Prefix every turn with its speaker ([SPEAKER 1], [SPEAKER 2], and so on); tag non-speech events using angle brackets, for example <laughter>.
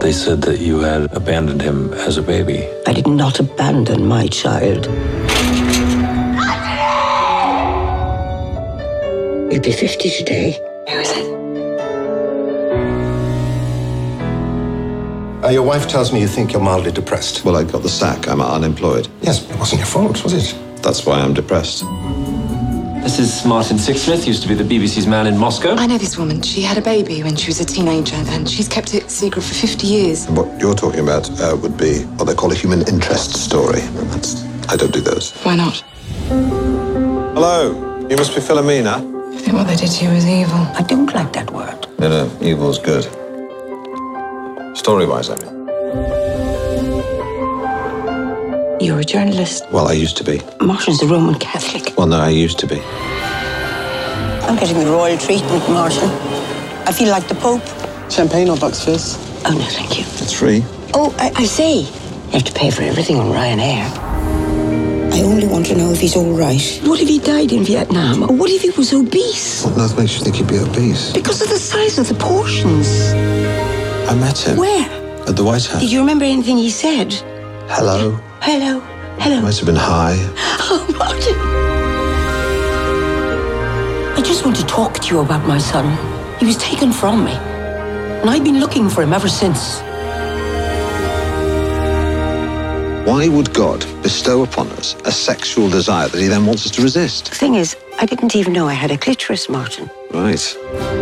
[SPEAKER 1] They said that you had abandoned him as a baby.
[SPEAKER 2] I did not abandon my child. You'd be 50 today.
[SPEAKER 3] Who is it?
[SPEAKER 4] Uh, your wife tells me you think you're mildly depressed.
[SPEAKER 5] Well, I got the sack. I'm unemployed.
[SPEAKER 4] Yes, it wasn't your fault, was it?
[SPEAKER 5] That's why I'm depressed.
[SPEAKER 6] This is Martin Sixsmith, used to be the BBC's man in Moscow.
[SPEAKER 3] I know this woman. She had a baby when she was a teenager, and she's kept it secret for 50 years.
[SPEAKER 5] What you're talking about uh, would be what they call a human interest story. And that's, I don't do those.
[SPEAKER 3] Why not?
[SPEAKER 5] Hello. You must be Philomena.
[SPEAKER 3] I think what they did to you was evil.
[SPEAKER 2] I don't like that word.
[SPEAKER 5] No, no. Evil's good. Story-wise, I mean.
[SPEAKER 2] You're a journalist.
[SPEAKER 5] Well, I used to be.
[SPEAKER 2] Martin's a Roman Catholic.
[SPEAKER 5] Well, no, I used to be.
[SPEAKER 2] I'm getting the royal treatment, Martin. I feel like the Pope.
[SPEAKER 7] Champagne or Bucks Fizz?
[SPEAKER 2] Oh, no, thank you.
[SPEAKER 5] It's free.
[SPEAKER 2] Oh, I, I see. You have to pay for everything on Ryanair. I only want to know if he's all right. What if he died in Vietnam? Or what if he was obese?
[SPEAKER 5] What on earth makes you think you'd be obese?
[SPEAKER 2] Because of the size of the portions.
[SPEAKER 5] I met him.
[SPEAKER 2] Where?
[SPEAKER 5] At the White House.
[SPEAKER 2] Did you remember anything he said?
[SPEAKER 5] Hello.
[SPEAKER 2] Hello. <laughs>
[SPEAKER 5] It
[SPEAKER 2] Hello.
[SPEAKER 5] might have been high.
[SPEAKER 2] Oh, Martin. I just want to talk to you about my son. He was taken from me. And I've been looking for him ever since.
[SPEAKER 5] Why would God bestow upon us a sexual desire that he then wants us to resist?
[SPEAKER 2] Thing is, I didn't even know I had a clitoris, Martin.
[SPEAKER 5] Right.